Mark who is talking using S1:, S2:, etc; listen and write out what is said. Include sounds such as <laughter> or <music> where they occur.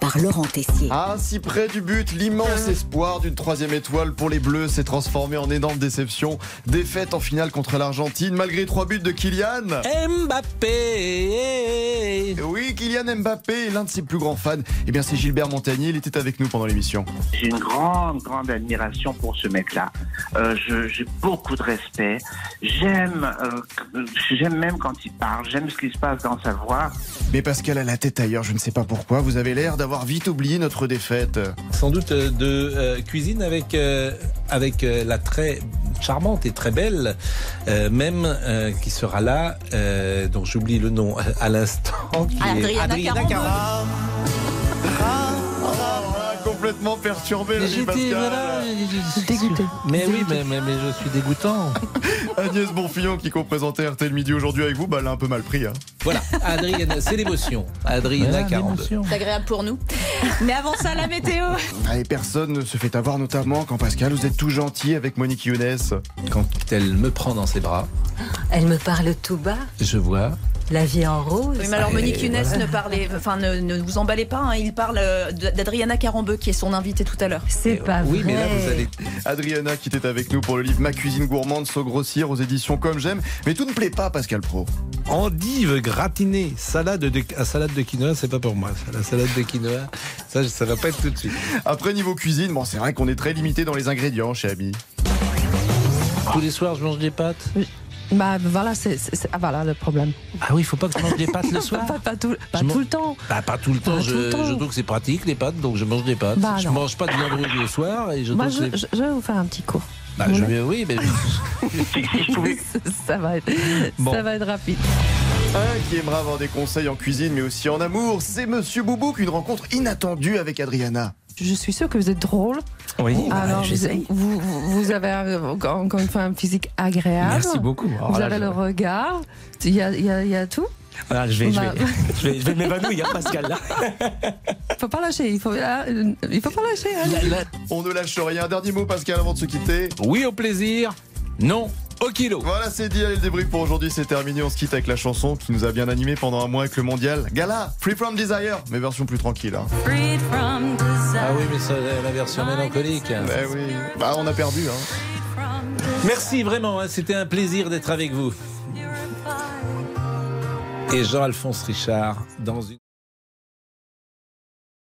S1: par Laurent Tessier.
S2: Ah, si près du but, l'immense espoir d'une troisième étoile pour les Bleus s'est transformé en énorme déception. Défaite en finale contre l'Argentine, malgré trois buts de Kylian.
S3: Mbappé
S2: Oui, Kylian Mbappé, l'un de ses plus grands fans, eh bien c'est Gilbert Montagnier, il était avec nous pendant l'émission.
S4: J'ai une grande, grande admiration pour ce mec-là. Euh, je- J'ai beaucoup de respect. J'aime, euh, j'aime même quand il parle. J'aime ce qui se passe dans sa voix.
S2: Mais Pascal a la tête ailleurs, je ne sais pas pourquoi, vous avez l'air d'avoir vite oublié notre défaite.
S3: Sans doute euh, de euh, cuisine avec, euh, avec euh, la très charmante et très belle, euh, même euh, qui sera là, euh, dont j'oublie le nom à- à l'instant. qui est-
S1: Adriana Caron.
S2: Ah, complètement perturbé,
S3: Mais
S2: le dit
S3: J'étais voilà,
S2: Pascal.
S3: je- je- Mais oui, mais, mais, mais je suis dégoûtant.
S2: Agnès Bonfillon qui co-présentait RTL Midi aujourd'hui avec vous, bah, elle a un peu mal pris. hein.
S3: Voilà, Adriana, c'est l'émotion. Adriana 42.
S5: C'est agréable pour nous. Mais avant ça, la météo.
S2: Ah, et personne ne se fait avoir, notamment quand Pascal, vous êtes tout gentil avec Monique Younes.
S3: Quand elle me prend dans ses bras,
S1: Elle me parle tout bas,
S3: je vois
S1: la vie en rose.
S5: Oui, mais alors
S3: Et
S5: Monique Younes
S3: voilà.
S5: ne, parlez, enfin, ne, ne vous emballez pas. hein, il parle euh, d'Adriana Carambeu, qui est son invitée tout à l'heure.
S1: C'est pas
S3: euh, oui,
S1: vrai.
S3: mais là, vous allez.
S2: Adriana qui était avec nous pour le livre Ma cuisine gourmande, se grossir aux éditions Comme j'aime. Mais tout ne plaît pas, Pascal Pro.
S3: Endive gratinée, salade de, ah, salade de quinoa, c'est pas pour moi. ça. La salade de quinoa, ça, ça va pas être tout de suite.
S2: Après, niveau cuisine, bon, c'est vrai qu'on est très limité dans les ingrédients chez Ami.
S3: Tous les soirs, je mange des pâtes.
S6: Bah voilà, c'est c'est- c'est- ah, voilà le problème.
S3: Ah oui, il faut pas que je mange des pâtes le soir.
S6: Pas, pas tout, pas
S3: Je m'en-
S6: tout le temps.
S3: <laughs> Bah, pas tout le temps,
S6: Pas
S3: je,
S6: tout le temps.
S3: je trouve que c'est pratique les pâtes, donc je mange des pâtes.
S6: Bah,
S3: je
S6: non.
S3: mange pas de viande rouge le soir et je
S6: Moi,
S3: trouve
S6: je,
S3: que c'est-
S6: je- je vais vous faire un petit cours.
S3: Bah, je vais- oui, mais
S7: <laughs>
S4: Si, si je pouvais
S6: <laughs> ça va être,
S3: Bon.
S6: ça va être rapide.
S2: Un qui aimera avoir des conseils en cuisine, mais aussi en amour, c'est Monsieur Boubouk, une rencontre inattendue avec Adriana.
S6: Je suis sûre que vous êtes drôle.
S3: oui.
S7: Oh, bah,
S6: Alors, vous, vous, vous avez un- encore encore une fois un physique agréable.
S7: Merci beaucoup. Alors
S6: Vous
S7: là,
S6: avez
S7: je-
S6: le regard. Il y a, il y a- il y a tout.
S7: voilà, je vais, je
S6: Bah.
S7: vais, <laughs> je vais, je vais m'évanouir, Pascal. Là.
S6: Il faut pas lâcher. Il faut, ah, euh, il faut pas lâcher. hein.
S2: On ne lâche rien. Dernier mot, Pascal, avant de se quitter.
S3: oui au plaisir, non au kilo.
S2: Voilà, c'est dit. Allez, le débrief pour aujourd'hui, c'est terminé. On se quitte avec la chanson qui nous a bien animés pendant un mois avec le mondial. Gala, Free From Desire, mais version plus tranquille. hein.
S3: Ah oui, mais ça, Ah, la version mélancolique.
S2: Eh oui. Bah, on a perdu, hein.
S3: Merci vraiment, hein, c'était un plaisir d'être avec vous. Et Jean-Alphonse Richard dans une...